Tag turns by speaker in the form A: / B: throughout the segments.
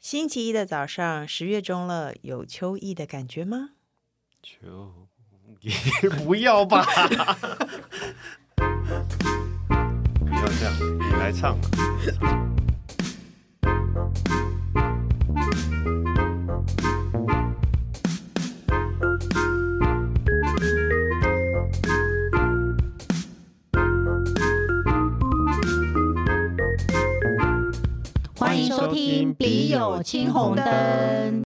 A: 星期一的早上，十月中了，有秋意的感觉吗？
B: 就也不要 吧，不要这样，你来唱吧。
C: 欢迎收听《笔友青红灯》。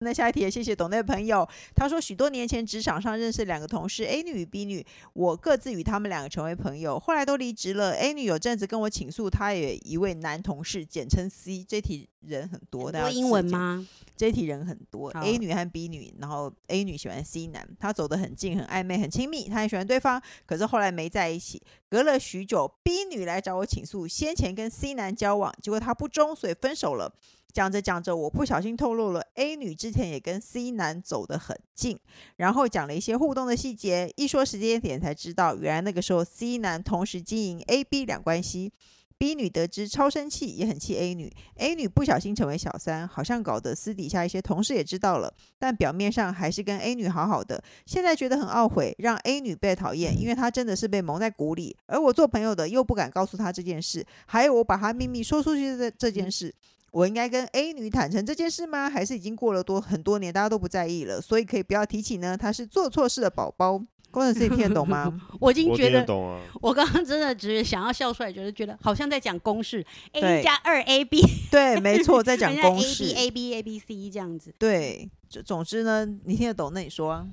A: 那下一题也谢谢懂内的朋友，他说许多年前职场上认识两个同事 A 女与 B 女，我各自与他们两个成为朋友，后来都离职了。A 女有阵子跟我倾诉，她也一位男同事，简称 C，这题人很多，大家
C: 多英
A: 自
C: 文
A: 己
C: 吗？
A: 这一题人很多
C: 好
A: ，A 女和 B 女，然后 A 女喜欢 C 男，他走得很近，很暧昧，很亲密，她也喜欢对方，可是后来没在一起。隔了许久，B 女来找我倾诉，先前跟 C 男交往，结果他不忠，所以分手了。讲着讲着，我不小心透露了 A 女之前也跟 C 男走得很近，然后讲了一些互动的细节。一说时间点，才知道原来那个时候 C 男同时经营 A、B 两关系。B 女得知超生气，也很气 A 女，A 女不小心成为小三，好像搞得私底下一些同事也知道了，但表面上还是跟 A 女好好的。现在觉得很懊悔，让 A 女被讨厌，因为她真的是被蒙在鼓里，而我做朋友的又不敢告诉她这件事，还有我把她秘密说出去的这件事。我应该跟 A 女坦诚这件事吗？还是已经过了多很多年，大家都不在意了，所以可以不要提起呢？她是做错事的宝宝。工程师，你听得懂吗？
C: 我已经
B: 我
C: 觉
B: 听得
C: 得，
B: 懂啊，
C: 我刚刚真的只是想要笑出来，觉得觉得好像在讲公式
A: 对
C: ，A 加二 AB，
A: 对，没错，在讲
C: 人家
A: 公
C: A
A: 式。
C: B A B A B C 这样子。
A: 对，就总之呢，你听得懂，那你说啊。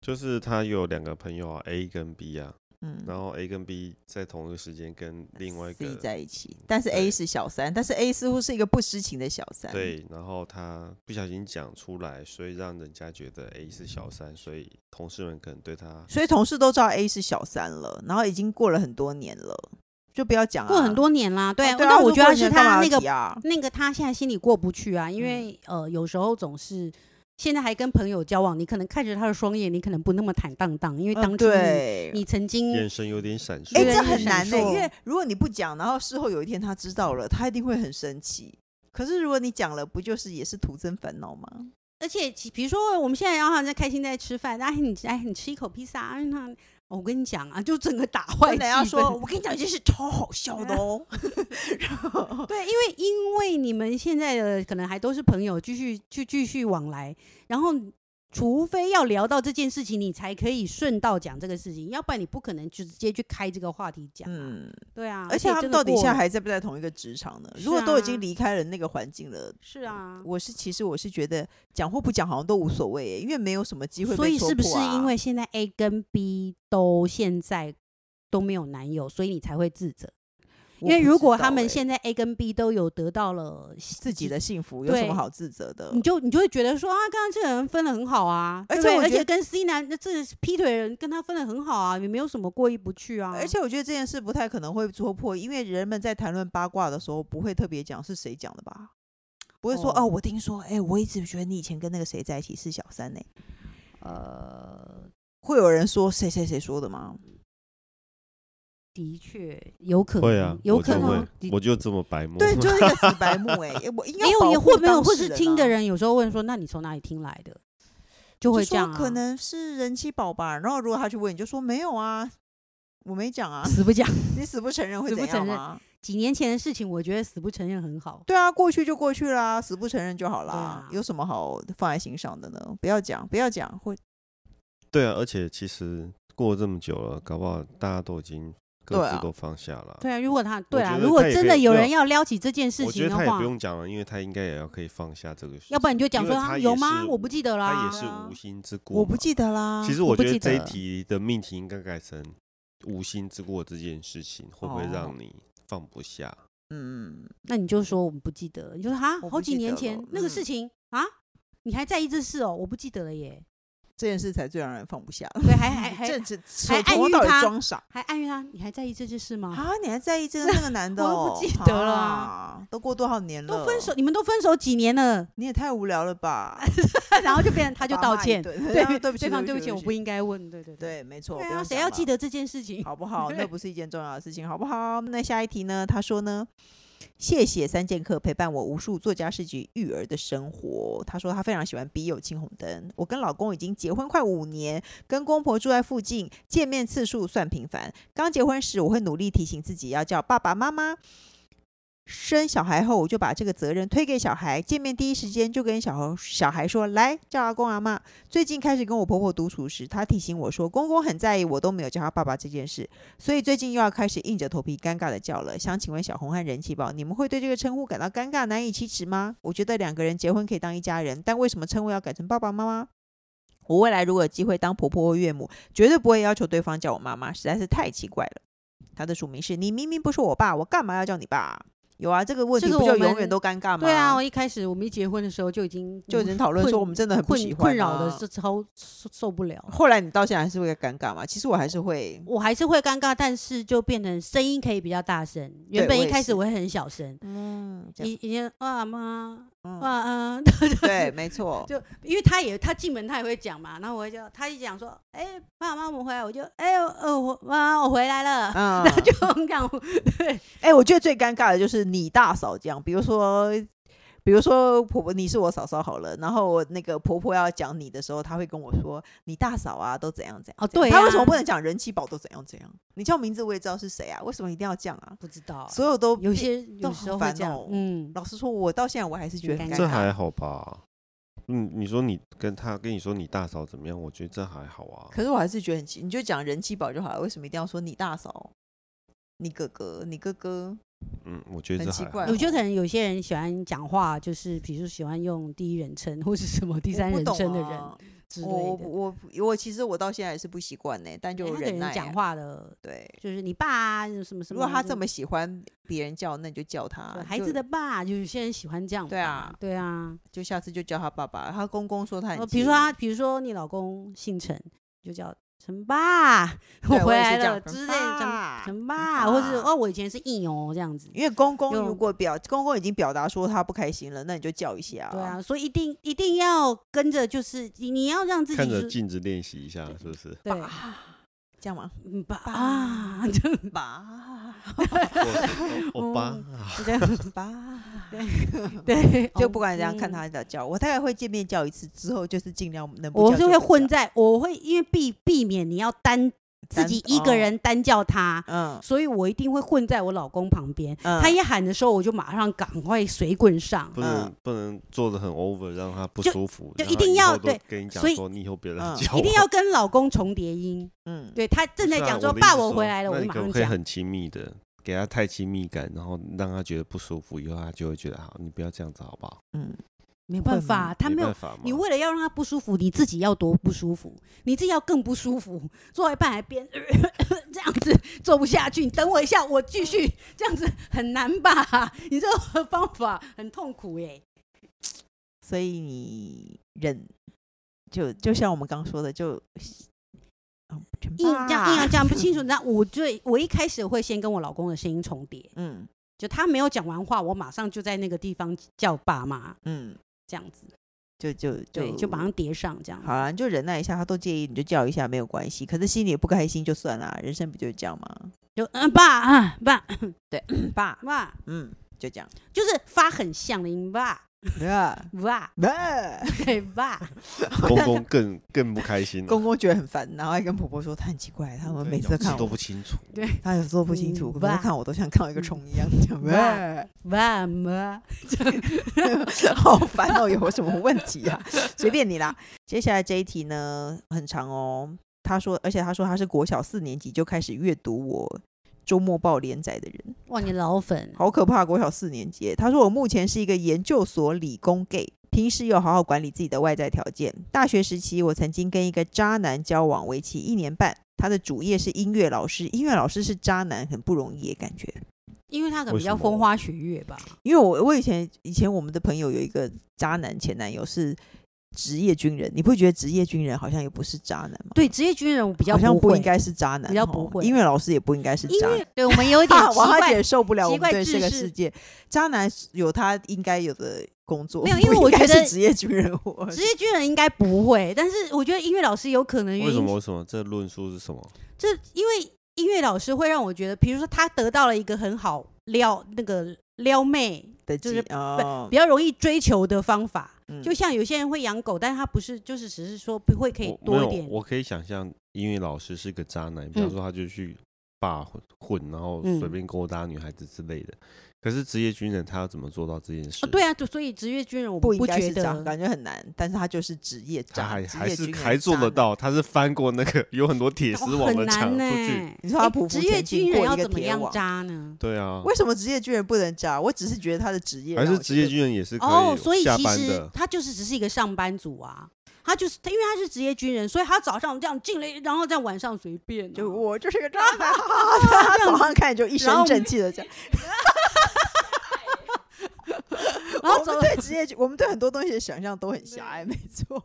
B: 就是他有两个朋友啊，A 跟 B 啊，
A: 嗯，
B: 然后 A 跟 B 在同一个时间跟另外一
A: C
B: 个
A: 在一起，但是 A
B: 对
A: 是小三，但是 A 似乎是一个不知情的小三。，
B: 对，然后他不小心讲出来，所以让人家觉得 A 是小三，所以同事们可能对他
A: 所以同事都知道 A 是小三了，然后已经过了很多年了，就不要讲、啊、
C: 过很多年啦，
A: 对啊，
C: 对啊，
A: 对啊
C: 那我
A: 如
C: 觉
A: 果
C: 得
A: 你
C: 是
A: 干嘛
C: 他
A: 要
C: 那个
A: 提啊，嗯
C: 那个他现在心里过不去啊，因为、呃，有时候总是现在还跟朋友交往，你可能看着他的双眼，你可能不那么坦荡荡，因为
A: 嗯
C: 当初你、
A: 对。
C: 你曾经
B: 眼神有点闪烁。
A: 哎、
C: 嗯哎
A: 这
C: 对
A: 很
C: 你
A: 难呢、
C: 闪烁
A: 因为如果你不讲，然后事后有一天他知道了，他一定会很生气。可是如果你讲了，不就是也是徒增烦恼吗？
C: 而且其，比如说我们现在然后在开心在吃饭，哎你哎你吃一口披萨，哎那我跟你讲啊，就整个打坏
A: 真
C: 气
A: 的要说，
C: 氛。
A: 我跟你讲一件事，超好笑的 哦。 然后
C: 对，因为因为你们现在的可能还都是朋友，继续就继续往来，然后除非要聊到这件事情，你才可以顺道讲这个事情，要不然你不可能就直接去开这个话题讲。
A: 嗯，
C: 对啊，
A: 而且他们
C: 真的
A: 到底
C: 过
A: 现在
C: 了
A: 还在不在同一个职场呢？如
C: 是
A: 果都已
C: 啊
A: 经离开了那个环境了，
C: 是啊，
A: 我是其实我是觉得讲或不讲好像都无所谓耶，因为没有什么机会被
C: 所以
A: 戳
C: 是不
A: 破
C: 是
A: 啊
C: 因为现在 A 跟 B 都现在都没有男友，所以你才会自责？因
A: 我
C: 为
A: 不
C: 如
A: 知
C: 果
A: 道
C: 他们
A: 耶
C: 现在 A 跟 B 都有得到了
A: 自
C: 自
A: 己的，幸福有什么
C: 对
A: 好自责的？
C: 你就你就会觉得说啊，刚刚这个人分的很好啊，
A: 而
C: 对不
A: 且
C: 对
A: 我
C: 而
A: 觉得
C: 且跟 C 男那这劈腿人跟他分的很好啊，也没有什么过意不去啊。
A: 而且我觉得这件事不太可能会戳破，因为人们在谈论八卦的时候不会特别讲是谁讲的吧？不会说哦
C: 哦
A: 我听说，哎、我一直觉得你以前跟那个谁在一起是小三呢、
C: 呃，
A: 会有人说谁谁谁说的吗？
C: 的确有可能，
B: 会啊，
C: 有
B: 我
C: 可
B: 就
C: 能哦
B: 会，
C: 的
B: 我就这么白目。
A: 对，就是一个死白目哎、我应该
C: 没有
A: 保
C: 也
A: 护
C: 或没有，
A: 当
C: 或
A: 事
C: 是
A: 人
C: 听
A: 啊
C: 的人有时候问说，那你从哪里听来 的？就会
A: 就
C: 这样、
A: 说
C: 啊，
A: 可能是人气宝吧。然后如果他去问，你就说没有啊，我没讲 啊，
C: 死不讲。
A: 你死不承认会
C: 死
A: 怎
C: 不
A: 样
C: 承认
A: 吗？
C: 几年前的事情，我觉得死不承认很好。
A: 对啊，过去就过去啦，死不承认就好啦，
C: 对啊
A: 有什么好放在心上的呢？不要讲，不要讲，会
B: 对啊，而且其实过了这么久了，搞不好大家都已经各
A: 对啊
B: 自都放下了。
C: 对啊，如果他对
B: 觉
C: 啊，
B: 得
C: 如果
B: 他也
C: 真
B: 可
C: 的
B: 以
C: 有
B: 没有
C: 人要撩起这件事
B: 我觉
C: 情
B: 得
C: 的
B: 他也
C: 话
B: 不，用讲了，因为他应该也要可以放下这个事情。
C: 要不然你就讲说啊
B: 因为他也
C: 有吗？
B: 是
C: 我不记得啦。
B: 他也是
A: 啊
B: 无心之过嘛。
A: 我不记得啦。
B: 其实
C: 我
B: 我
C: 不
B: 觉
C: 记
B: 得这一
C: 得
B: 题的命题应该改成无心之过这件事情，会不会
A: 哦
B: 让你放不下？
A: 嗯，
C: 那你就说我们不记得，你就说啊
A: 我，不
C: 好几
A: 记得
C: 年
A: 了
C: 前那个
A: 嗯
C: 事情啊，你还在意这事哦？我不记得了耶。
A: 这件事才最让人放不下。
C: 对，还还
A: 这
C: 还
A: 这
C: 还
A: 从
C: 暗
A: 头
C: 喻
A: 到底
C: 他
A: 装傻
C: 还暗喻他，你还在意这件事吗？
A: 啊！你还在 意这个那个男的、
C: 我都
A: 哦？
C: 不记得了
A: 啊，都过多少年了？
C: 都分手，，你们都分手几年了，
A: 你也太无聊了吧？
C: 然后就变成 他就
A: 把
C: 道
A: 骂一
C: 歉，
A: 顿
C: 对
A: 对不起，
C: 对方对
A: 不
C: 不起，我不
A: 不
C: 应该问，对对
A: 对，
C: 对。
A: 没错，
C: 对
A: 不
C: 啊，
A: 用
C: 谁
A: 讲
C: 要
A: 了
C: 记得这件事情？
A: 好不好？那
C: 对
A: 不是一件重要的事情，好不好？那下一题呢？他说呢，谢谢三剑客陪伴我无数做家事及育儿的生活。他说他非常喜欢笔友青红灯。我跟老公已经结婚快五年，跟公婆住在附近，见面次数算频繁。刚结婚时，我会努力提醒自己要叫爸爸妈妈。生小孩后，我就把这个责任推给小孩。见面第一时间就跟小孩小孩说：“来，叫阿公阿妈。”最近开始跟我婆婆独处时，她提醒我说：“公公很在意我都没有叫他爸爸这件事。”所以最近又要开始硬着头皮尴尬的叫了。想请问小红和人气宝，你们会对这个称呼感到尴尬、难以启齿吗？我觉得两个人结婚可以当一家人，但为什么称呼要改成爸爸妈妈？我未来如果有机会当婆婆或岳母，绝对不会要求对方叫我妈妈，实在是太奇怪了。他的署名是你明明不是我爸，我干嘛要叫你爸？有啊，这个问题
C: 这个
A: 不就
C: 我们
A: 永远都尴尬吗？
C: 对啊，我一开始我们一结婚的时候就已经
A: 就有人讨论说
C: 困
A: 我们真的很不喜
C: 困
A: 欢、啊、嗯
C: 困扰的是超受受不了。
A: 后来你到现在还是会尴尬吗？其实我还是会，
C: 我还是会尴尬，但是就变成声音可以比较大声。原
A: 对
C: 本
A: 我
C: 一
A: 也
C: 开
A: 是
C: 始我会很小声，
A: 嗯，这样
C: 以以前啊妈
A: 嗯
C: 啊啊，
A: 对，没错，
C: 就因为他也他进门他也会讲嘛，然后我会叫他一讲说，哎、爸妈我们回来，我就哎、呃我妈我回来了，
A: 嗯，
C: 就很感动
A: 哎、我觉得最尴尬的就是你大嫂这样，比如说，比如说婆婆，你是我嫂嫂好了，然后我那个婆婆要讲你的时候，她会跟我说你大嫂啊都怎样怎样
C: 哦
A: 怎样
C: 对
A: 她为什么
C: 啊
A: 不能讲人气宝都怎样怎样？你叫名字我也知道是谁啊，为什么一定要这样啊？
C: 不知道，
A: 所有都
C: 有些
A: 都
C: 有时
A: 好
C: 候会
A: 烦
C: 这样，
A: 哦
C: 嗯，
A: 老实说，我到现在我还是觉得
C: 很
A: 很
C: 尴
A: 尴
B: 这
A: 尬。
B: 还好吧？嗯，你说你跟他跟你说你大嫂怎么样？我觉得这还好啊。
A: 可是我还是觉得很奇，你就讲人气宝就好了，为什么一定要说你大嫂、你哥哥、你哥哥？
B: 嗯，我觉得
A: 很
B: 这
A: 奇
B: 还
A: 怪
B: 好
C: 我觉得可能有些人喜欢讲话，就是比如说喜欢用第一人称或是什么第
A: 我
C: 三
A: 不
C: 人
A: 懂
C: 称的人
A: 啊
C: 之
A: 我
C: 类
A: 我
C: 的。
A: 我我其实我到现在也是不习惯呢，但就
C: 哎他给
A: 忍耐、
C: 人
A: 啊。
C: 讲话的，
A: 对，
C: 就是你爸啊，什么什
A: 如
C: 么。
A: 果他这
C: 就
A: 么喜欢别人叫，那你就叫他
C: 对啊孩子
A: 就
C: 的爸，有些人喜欢这样吧。
A: 对啊
C: 对啊。
A: 就下次就叫他爸爸。他公公说他很
C: 呃，
A: 介意，
C: 比如说他，比如说你老公姓陈，你就叫陈爸，
A: 对
C: 回
A: 也是
C: 来
A: 这样啊
C: 了
A: 陈
C: 之类的陈
A: 爸
C: 陈爸，或者哦，我以前是应哦这样子。
A: 因为公公
C: 有
A: 如果表公公已经表达说他不开心了，那你就叫一下。
C: 对，啊，所以一定一定要跟着，就是你你要让自己
B: 看着
C: 是
B: 镜子练习一下，是不是？
C: 对
A: 这样吗？
C: 嗯爸
A: 爸嗯
C: 啊，就
A: 爸
B: 我欧巴
C: 哦
B: 啊，
A: 爸，
C: 对，
A: 就
C: 哦
A: 不管怎样看
C: 嗯
A: 他的叫。我大概会见面叫一次之后，就是尽量能不
C: 我
A: 叫
C: 是
A: 就
C: 会
A: 不
C: 混
A: 叫，
C: 在，我会因为避避免你要单自
A: 单
C: 己一个
A: 哦
C: 人单叫他，
A: 嗯
C: 所以我一定会混在我老公旁边。
A: 嗯，
C: 他一喊的时候，我就马上赶快水滚上。
B: 不能不能做的很 over，让他不
C: 嗯就
B: 舒服。
C: 就
B: 让
C: 一
B: 他
C: 定
B: 以
C: 要
B: 后都
C: 对
B: 跟你讲
C: 所以
B: 说，你以后别来
A: 嗯
B: 叫我。
C: 一定要跟老公重叠音，
A: 嗯，
C: 对他正在
B: 不是啊
C: 讲说
B: 我的意
C: 爸
B: 思
C: 我
B: 说
C: 回来了，我
B: 那
C: 就
B: 你
C: 马
B: 可
C: 上
B: 不可以
C: 讲。
B: 很亲密的给他太亲密感，然后让他觉得不舒服，以后他就会觉得好，你不要这样子好不好？
A: 嗯，
C: 没办法，他没
B: 没
C: 有
B: 办。法嘛
C: 你为了要让他不舒服，你自己要多不舒服，你自己要更不舒服。做到一半还边呃这样子做不下去，你等我一下，我继续这样子很难吧？ 你这个方法很痛苦耶、欸
A: 所以你忍，就就像我们刚说的，就嗯，陈
C: 硬
B: 啊
C: 这样
A: 爸
C: 硬要讲不清楚，那我最我一开始会先跟我老公的声音重叠，
A: 嗯
C: 就他没有讲完话，我马上就在那个地方叫爸妈
A: 嗯，
C: 这样子，
A: 就就
C: 对，就马上叠上这样子。
A: 好啊啦，你就忍耐一下，他都介意你就叫一下没有关系，可是心里也不开心就算啦，人生不就是这样吗？
C: 就嗯爸啊爸
A: 爸，
C: 爸，
A: 嗯，就这样， 啊
C: 就是发很像的音爸
A: 爸
C: 爸，
A: 爸，
C: 对爸，
B: 公公更更不开心了，
A: 公公觉得很烦，然后还跟婆婆说他很奇怪，他们
B: 嗯对
A: 每次
B: 咬字
A: 看
B: 都
A: 我，
B: 不清楚。
C: 对
A: 他有时候不清楚，
C: 嗯
A: 每次看我都像看到一个虫一样， 这样
C: 爸
A: 喂
C: 爸妈，
A: 啊 好烦哦，有什么问题啊？ 随便你啦。接下来这一题呢，很长哦。他说，而且他说他是国小四年级就开始阅读我周末报连载的人，
C: 哇，你老粉，哦
A: 好可怕！国小四年级耶，他说我目前是一个研究所理工 gay，平时有好好管理自己的外在条件。大学时期，我曾经跟一个渣男交往，为期一年半。他的主业是音乐老师，音乐老师是渣男，很不容易的感觉。
C: 因为他可能
B: 为
C: 比
B: 什
C: 较
B: 么
C: 风花雪月吧，
A: 因为我我以前以前我们的朋友有一个渣男前男友是职业军人，你不觉得职业军人好像也不是渣男吗？，
C: 对，职业军人我比较
A: 好像
C: 不
A: 不
C: 会
A: 应，该是渣男，
C: 比较不
A: 哦
C: 会
A: 音乐老师也不应该是
C: 因
A: 渣男
C: 为。 对我们有一点
A: 啊
C: 奇
A: 王阿
C: 怪
A: 姐，受不了
C: 奇
A: 我们
C: 怪
A: 对
C: 知
A: 这个
C: 识
A: 世界，渣男有他应该有的工作，
C: 没有
A: 不
C: 因为我
A: 应该
C: 觉得
A: 是职业军人或，
C: 职业军人应该不会，但是我觉得音乐老师有可能原
B: 为什
C: 因
B: 么？为什么？这论述是什么？
C: 这因为音乐老师会让我觉得，比如说他得到了一个很好料那个撩妹，
A: 的
C: 就
A: 技
C: 是
A: 哦
C: 比，较容易追求的方法。
A: 嗯
C: 就像有些人会养狗，但是他不是，就是只是说不会可以
B: 我没
C: 多一
B: 有
C: 点。哦
B: 我可以想象英语老师是个渣男，比方
C: 嗯
B: 说他就去霸混混，然后随
C: 嗯
B: 便勾搭女孩子之类的。可是职业军人他要怎么做到这件事？
C: 哦，对啊，就所以职业军人我
A: 不应
C: 不
A: 该
C: 觉
A: 是这样，
C: 得，
A: 感觉很难，但是他就是职业
B: 他
A: 渣，
B: 还
A: 职
B: 还
A: 业
B: 是
A: 军人
B: 还做
A: 渣
B: 得
A: 男。
B: 到，他是翻过那个 有很多铁丝
C: 哦
B: 网的
C: 很
B: 墙
C: 难
B: 出
C: 呢、
B: 去。
A: 你说他
C: 哎
A: 匍匐
C: 职
A: 前
C: 业
A: 进
C: 军人
A: 过一
C: 要
A: 个
C: 怎么
A: 铁
C: 样
A: 网
C: 渣呢？
B: 对啊，
A: 为什么职业军人不能渣？我只是觉得他的职业
B: 还
A: 让
B: 是
A: 我
B: 职
A: 觉
B: 业
A: 得
B: 军人也是可
C: 哦，所以
B: 下
C: 其
B: 班
C: 实
B: 的。
C: 他就是只是一个上班族啊。他就是他，因为他是职业军人，所以他早上这样进来，然后在晚上随便啊、
A: 就我就是个渣男，哈 哈哈哈早上看你就一
C: 然
A: 身
C: 后
A: 正气的讲，
C: 然后嗯
A: 我
C: 走
A: 们对职业军，我们对很多东西的想象都很狭隘，没 错。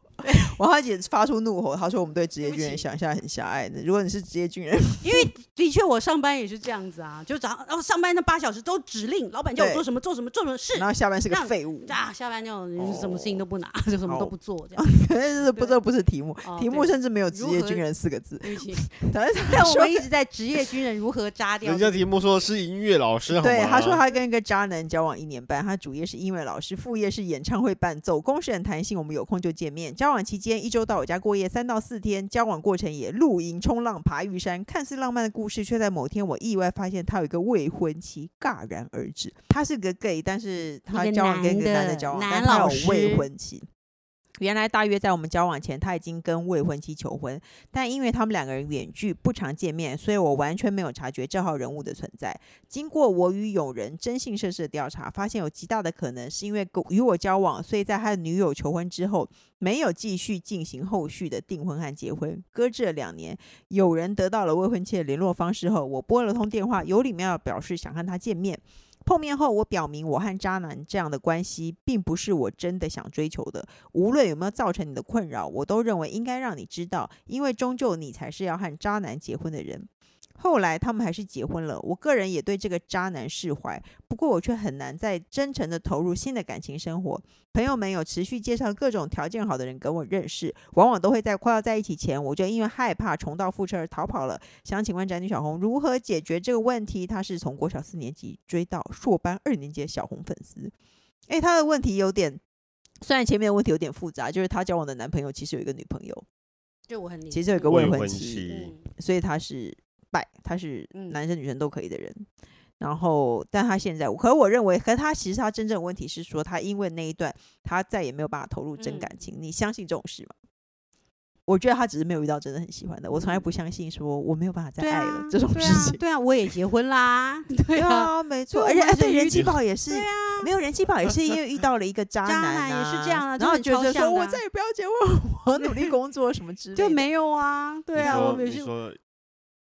A: 王浩姐发出怒吼，她说：“我们对职业
C: 对不
A: 军人
C: 起
A: 想象很狭隘的。如果你是职业军 人，
C: 的确，我上班也是这样子啊，就早上，然后上班那八小时都指令，老板叫我
A: 对
C: 做什么做什么做什么事
A: 然，后下班是个
C: 让
A: 废物，
C: 啊，下班就
B: 哦
C: 就是什么事情都不拿，就什么都不做， 这样。
A: 可能是不
C: 对
A: 这不是题目，
C: 哦
A: 题目
C: 对
A: 甚至没有职
C: 如
A: 业
C: 何
A: 军人四个字。
C: 对不起，
A: 但是
C: 但
A: 他
C: 我
A: 说
C: 们一直在职业军人如何扎掉
B: 人。家题目说是音乐老师，好
A: 对，
B: 吗
A: 他说他跟一个渣男交往一年半，他主业是英文老师，副业是演唱会伴奏，公事很弹性，我们有空就见面。交往期间一周到我家过夜三到四天，交往过程也露营、冲浪、爬玉山，看似浪漫的故事，却在某天我意外发现他有一个未婚妻，戛然而止。他是个 gay，但是他
C: 一个
A: 交往跟一个
C: 男的
A: 男的交往，但
C: 男
A: 他
C: 老
A: 有未
C: 师
A: 婚妻。原来大约在我们交往前，他已经跟未婚妻求婚，但因为他们两个人远距不常见面，所以我完全没有察觉这号人物的存在。经过我与友人征信社社的调查，发现有极大的可能是因为跟与我交往，所以在和女友求婚之后，没有继续进行后续的订婚和结婚，搁置了两年。友人得到了未婚妻的联络方式后，我拨了通电话，有礼貌地表示想和他见面。碰面后，我表明我和渣男这样的关系并不是我真的想追求的，无论有没有造成你的困扰，我都认为应该让你知道，因为终究你才是要和渣男结婚的人。后来他们还是结婚了，我个人也对这个渣男释怀，不过我却很难再真诚的投入新的感情生活。朋友们有持续介绍各种条件好的人跟我认识，往往都会在快要在一起前，我就因为害怕重蹈覆辙而逃跑了。想请问宅女小红如何解决这个问题？她是从国小四年级追到硕班二年级的小红粉丝。诶，她的问题有点，虽然前面的问题有点复杂，就是她交往的男朋友其实有一个女朋友，
C: 就我很理解，
A: 其实有一个
B: 未
A: 婚
B: 婚
A: 妻
B: 妻
C: 嗯，
A: 所以他是拜，他是
C: 嗯
A: 男生女生都可以的人。然后，但他现在，可我认为，可他其实他真正的问题是说，他因为那一段，他再也没有办法投入真感
C: 嗯
A: 情。你相信这种事吗？我觉得他只是没有遇到真的很喜欢的。我从来不相信说我没有办法再
C: 对
A: 爱
C: 啊
A: 了、这种
C: 对
A: 事
C: 啊
A: 情。
C: 对啊，我也结婚啦， 对啊，
A: 啊，没错，
C: 所
A: 而
C: 以我
A: 且
C: 们
A: 哎
C: 是
A: 对人
C: 遇
A: 气宝也是
C: 对。啊，
A: 没有人气宝也是因为遇到了一个渣
C: 渣
A: 男、啊，
C: 男也是这样啊
A: 然后
C: 就很
A: 觉
C: 超
A: 得说
C: 像的
A: 我
C: 啊
A: 再也不要结婚，我努力工作什么之类的。
C: 就没有啊，对
B: 你
C: 啊，
B: 说
C: 我们也
B: 你
C: 是，
B: 说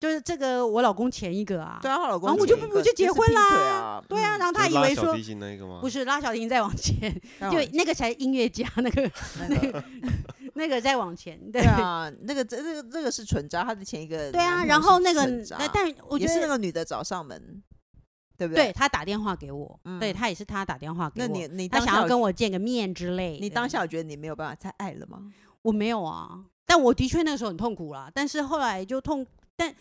C: 就是这个我老公前一个啊，
A: 对啊，她老公
C: 然后我
A: 只
C: 就
A: 有一
C: 不
A: 个
C: 我就结
A: 是
C: 婚
A: 劈腿
C: 啦
A: 啊
C: 对啊，
A: 嗯
C: 然后他
B: 就
C: 以
B: 拉
C: 为
B: 小
C: 说
B: 提琴那个吗？
C: 不是拉小提琴再往前，
A: 当
C: 就
A: 然
C: 那个才音乐家，那个
A: 那
C: 那
A: 个
C: 个 那个再往前，对
A: 对啊，那个这这个这个是纯渣，他的前一个
C: 对
A: 男
C: 啊，
A: 朋友
C: 然后
A: 是
C: 那个
A: 纯渣
C: 那但我觉
A: 也是那
C: 得
A: 个女的找上门，对不
C: 对？他打电话给我，
A: 嗯
C: 对他也是他打电话给
A: 那
C: 我，
A: 你你
C: 他
A: 当
C: 想
A: 下
C: 要
A: 有
C: 跟我见个面之类的。
A: 你当下有觉得你没有办法再爱了吗？
C: 我没有啊，但我的确那个时候很痛苦啦，但是后来就痛，但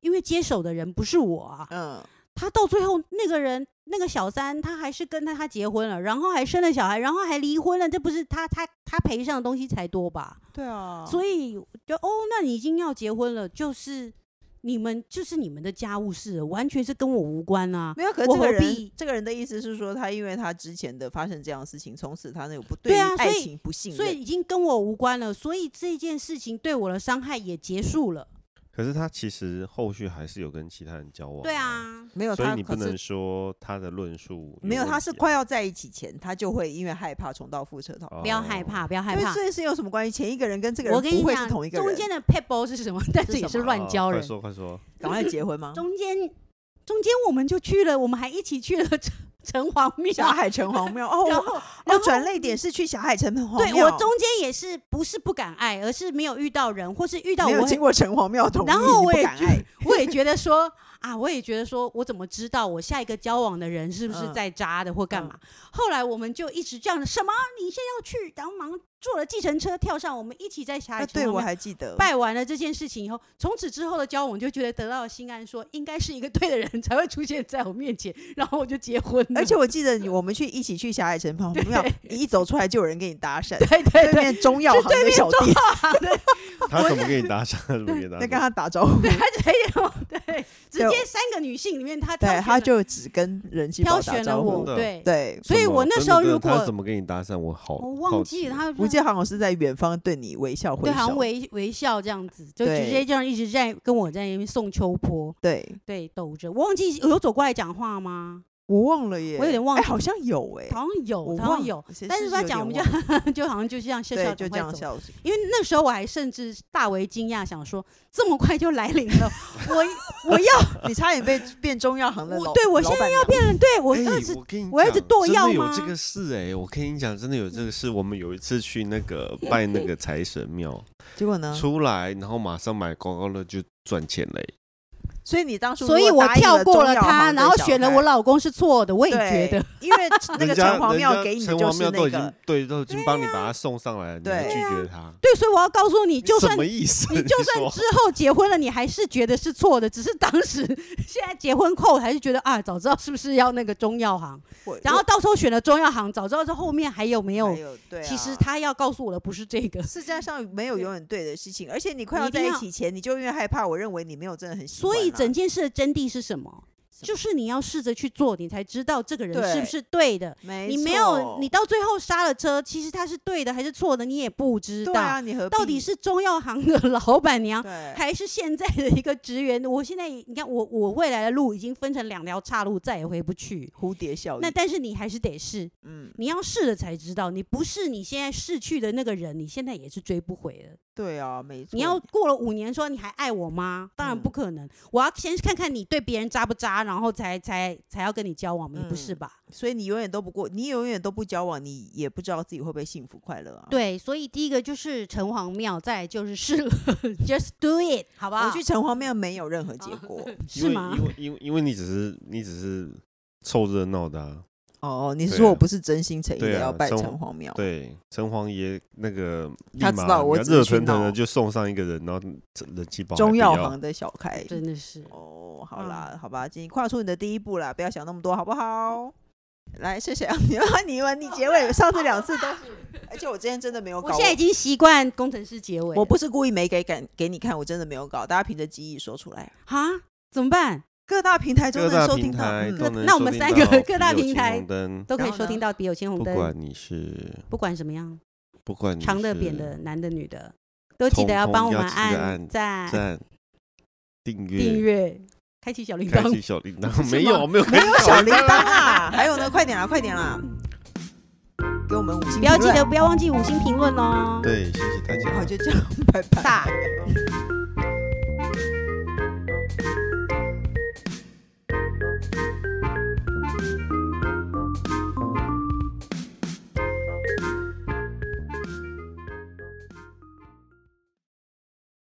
C: 因为接手的人不是我啊，
A: 嗯，
C: 他到最后那个人那个小三，他还是跟他他结婚了，然后还生了小孩，然后还离婚了，这不是他他他赔上的东西才多吧？
A: 对啊
C: 所
A: 以
C: 以就哦，那你已经要结婚了，就是你们就是你们的家务事了，完全是跟我无关啊。
A: 没有，可是
C: 我
A: 这个
C: 何
A: 人
C: 必
A: 这个人的意思是说，他因为他之前的发生这样的事情，从此他那个不
C: 对
A: 于
C: 啊所
A: 爱
C: 以
A: 情不信
C: 所以
A: 任。
C: 已经跟我无关了，所以这件事情对我的伤害也结束了。
B: 可是他其实后续还是有跟其他人交往。
C: 对，啊，
A: 没有
B: 所以
A: 他
B: 你
A: 可
B: 不能
A: 是
B: 说他的论述
A: 没有，
B: 问
A: 他是
B: 题啊
A: 快要在一起前，他就会因为害怕重蹈覆辙逃。
C: 不要害怕，。
B: 哦
C: 不要害
A: 因为
C: 怕。
A: 这件事有什么关系？前一个人跟这个
C: 我
A: 人
C: 跟你
A: 不会
C: 讲
A: 是，同一个人，
C: 中间的 p e b b l e 是什么？但是也是
A: 什么
C: 乱交
B: 哦
C: 人
B: 快。说快说，
A: 赶快结婚吗？
C: 中间中间我们就去了，我们还一起去了城 城隍庙，
A: 小海城隍庙哦，
C: 然
A: 我
C: 后
A: 哦
C: 然，后嗯
A: 转泪点是去小海城隍
C: 对
A: 庙
C: 我中间也是不是不敢爱，而是没有遇到人，或是遇到
A: 没有
C: 我
A: 经
C: 很，
A: 过城隍庙同意，
C: 然后
A: 你
C: 我
A: 不
C: 也
A: 敢
C: 觉
A: 爱，
C: 我也觉得说啊，我也觉得说我怎么知道我下一个交往的人是不是
A: 嗯
C: 在渣的或干嘛？后来我们就一直这样，什么你现在要去，然后马上坐了计程车跳上我们一起在下
A: 啊，
C: 海城
A: 对
C: 隍
A: 我
C: 庙
A: 还记得，
C: 拜完了这件事情以后，从此之后的交往就觉得得到了心安说，应该是一个对的人才会出现在我面前，然后我就结婚了。
A: 而且我记得你我们去一起去霞海城隍庙，你一走出来就有人跟你搭讪，
C: 对对对，
A: 面中药
C: 是
A: 行
C: 对
A: 的
C: 面
A: 小
C: 中
A: 弟
B: 他怎么给你搭讪？他怎么给你搭
A: 在跟
B: 讪？
A: 他打招呼，
C: 他没有 对，直
A: 对
C: 接三个女性里面他挑
A: 对，
C: 选
A: 他
C: 了
A: 就只跟人气
C: 挑
A: 宝打
C: 选
A: 招
C: 了我，
A: 呼，
B: 真的
C: 对。
A: 对。
C: 所以
B: 什么
C: 我那
B: 真
C: 时
B: 的
C: 候
B: 真的
C: 如果
B: 他怎么给你搭讪，我好
C: 我
B: 好
C: 忘记
B: 奇
C: 了他
A: 吴建豪好像是在远方对你微笑挥
C: 对，好像
A: 手，
C: 微微笑这样子，就
A: 对
C: 直接这样一直在跟我在那边送秋波，
A: 对
C: 对，抖着。我忘记有走过来讲话吗？
A: 我忘了耶，
C: 我有点忘
A: 哎
C: 记
A: 好像有哎，
C: 好像有，
A: 我
C: 好像
A: 忘
C: 有，
A: 了，其
C: 但
A: 实
C: 是他
A: 有
C: 讲我们
A: 点忘了
C: 就好像就这样笑笑
A: 对，
C: 赶
A: 就这
C: 快
A: 样
C: 走
A: 笑，
C: 因为那时候我还甚至大为惊讶，想说这么快就来临了，我我要
A: 你差点被 变中药行的
C: 我
A: 老，
C: 对我
A: 老
C: 现
A: 板娘
C: 变了，对我
B: 哎
C: 二十
B: 我跟你
C: 我儿子
B: 讲
C: 剁药
B: 真的
C: 吗
B: 有这个事哎、我跟你讲，真的有这个事。我们有一次去那个拜那个财神庙，
A: 结果呢？
B: 出来然后马上买刮刮乐就赚钱嘞、
A: 所以你当初
C: 所以
A: 如果
C: 我
A: 答应
C: 跳
A: 中
C: 过了
A: 药行
C: 他，
A: 的
C: 然后
A: 小
C: 选了
A: 孩
C: 我老公是错的，我也
A: 对
C: 觉得，
A: 因为那个城
B: 人家
A: 隍庙
B: 人家
A: 给你的
B: 城
A: 就
B: 隍
A: 是
B: 庙都
A: 那
B: 已经
A: 个，
B: 对都已经帮你把它送上来了，你还
A: 对
B: 拒
C: 啊
B: 绝他，
C: 对，所以我要告诉你，就
B: 什
C: 算
B: 么意思？
C: 你就算
B: 说
C: 之后结婚了，你还是觉得是错的，只是当时现在结婚后还是觉得啊，早知道是不是要那个中药行，
A: 我
C: 然后到时候选了中药行，早知道这后面还有没
A: 我
C: 有
A: 还？有对啊，
C: 其实他要告诉我的不是这个，
A: 世界上没有
C: 对
A: 永远对的事情，而且你快
C: 你
A: 要
C: 一定
A: 在一
C: 要
A: 起前，你就因为害怕，我认为你没有真的很喜
C: 所
A: 欢
C: 以
A: 啊
C: 整件事的真谛是什么？
A: 什么
C: 就是你要试着去做，你才知道这个人
A: 对
C: 是不是对的。
A: 没
C: 你没有，你到最后刹了车，其实他是对的还是错的，你也不知
A: 错
C: 道。
A: 对啊，你何
C: 到
A: 必
C: 底是中药行的老板娘，
A: 对
C: 还是现在的一个职员。我现在你看，我我未来的路已经分成两条岔路，再也回不去。
A: 蝴蝶效
C: 那
A: 应？
C: 但是你还是得试，
A: 嗯，
C: 你要试了才知道，你不是你现在逝去的那个人，你现在也是追不回了。
A: 对啊，没错，
C: 你要过了五年说你还爱我吗？当然不
A: 嗯
C: 可能。我要先看看你对别人渣不渣，然后才才才要跟你交往嘛，也不是
A: 嗯
C: 吧？
A: 所以你永远都不过，你永远都不交往，你也不知道自己会不会幸福快乐啊。，
C: 对，所以第一个就是城隍庙，再来就是试了 ，just do it，好不好？
A: 我去城隍庙没有任何结 果。
C: 是吗？
B: 因为因为因为因为你只是你只是凑热闹的、啊，
A: 哦，你是
B: 对
A: 说
B: 啊
A: 我不是真心诚意的
B: 对啊
A: 要拜
B: 城
A: 城
B: 隍
A: 隍庙？
B: 对，城隍爷那个立
A: 他
B: 马
A: 知道我只是
B: 热
A: 去
B: 腾腾
A: 闹啊
B: 的就送上一个人，然后这人气宝还
A: 中
B: 不
A: 药
B: 要
A: 行的小开，
C: 真的是。
A: 哦，
C: 嗯
A: 好啦，好吧，今天跨出你的第一步啦，不要想那么多，好不
C: 嗯
A: 好？来，谢谢啊，你们你们你结尾上次两 次都，而且我今天真的没有搞，
C: 我现在已经习惯工程师结尾了。
A: 我不是故意没给感给你看，我真的没有搞，大家凭着记忆说出来。啊
C: 哈，怎么办？
A: 各大平台都
B: 各
A: 能
B: 大
A: 收
B: 平
A: 听到，
B: 台都
A: 嗯，
B: 能
C: 那我
B: 收
C: 们
B: 听
C: 三个
B: 到
C: 各大
B: 有
C: 平
B: 青
C: 台
B: 红灯，
C: 都可以
A: 然后
C: 收听
A: 呢
C: 到《笔友青红
B: 不
C: 灯》，
B: 管你是
C: 不管什么样，
B: 不管你
C: 长的、
B: 是
C: 扁的，男的、女的，都记
B: 统
C: 得要
B: 统
C: 帮我
B: 要
C: 们
B: 记得
C: 按
B: 按
C: 赞、
B: 赞、订阅、
C: 订阅、开启小铃
B: 开
C: 铛。
B: 启小 铃
C: 是吗
B: 铛， 没有没有
A: 没
B: 没
A: 有小铃铛啦，还有呢，快点啦，快点 啦，给我们五星
C: 不要
A: 评
C: 记
A: 论
C: 得，不要忘记五星评论哦。
B: 对，谢谢大家
A: 好，。就这样，拜拜。
C: 大。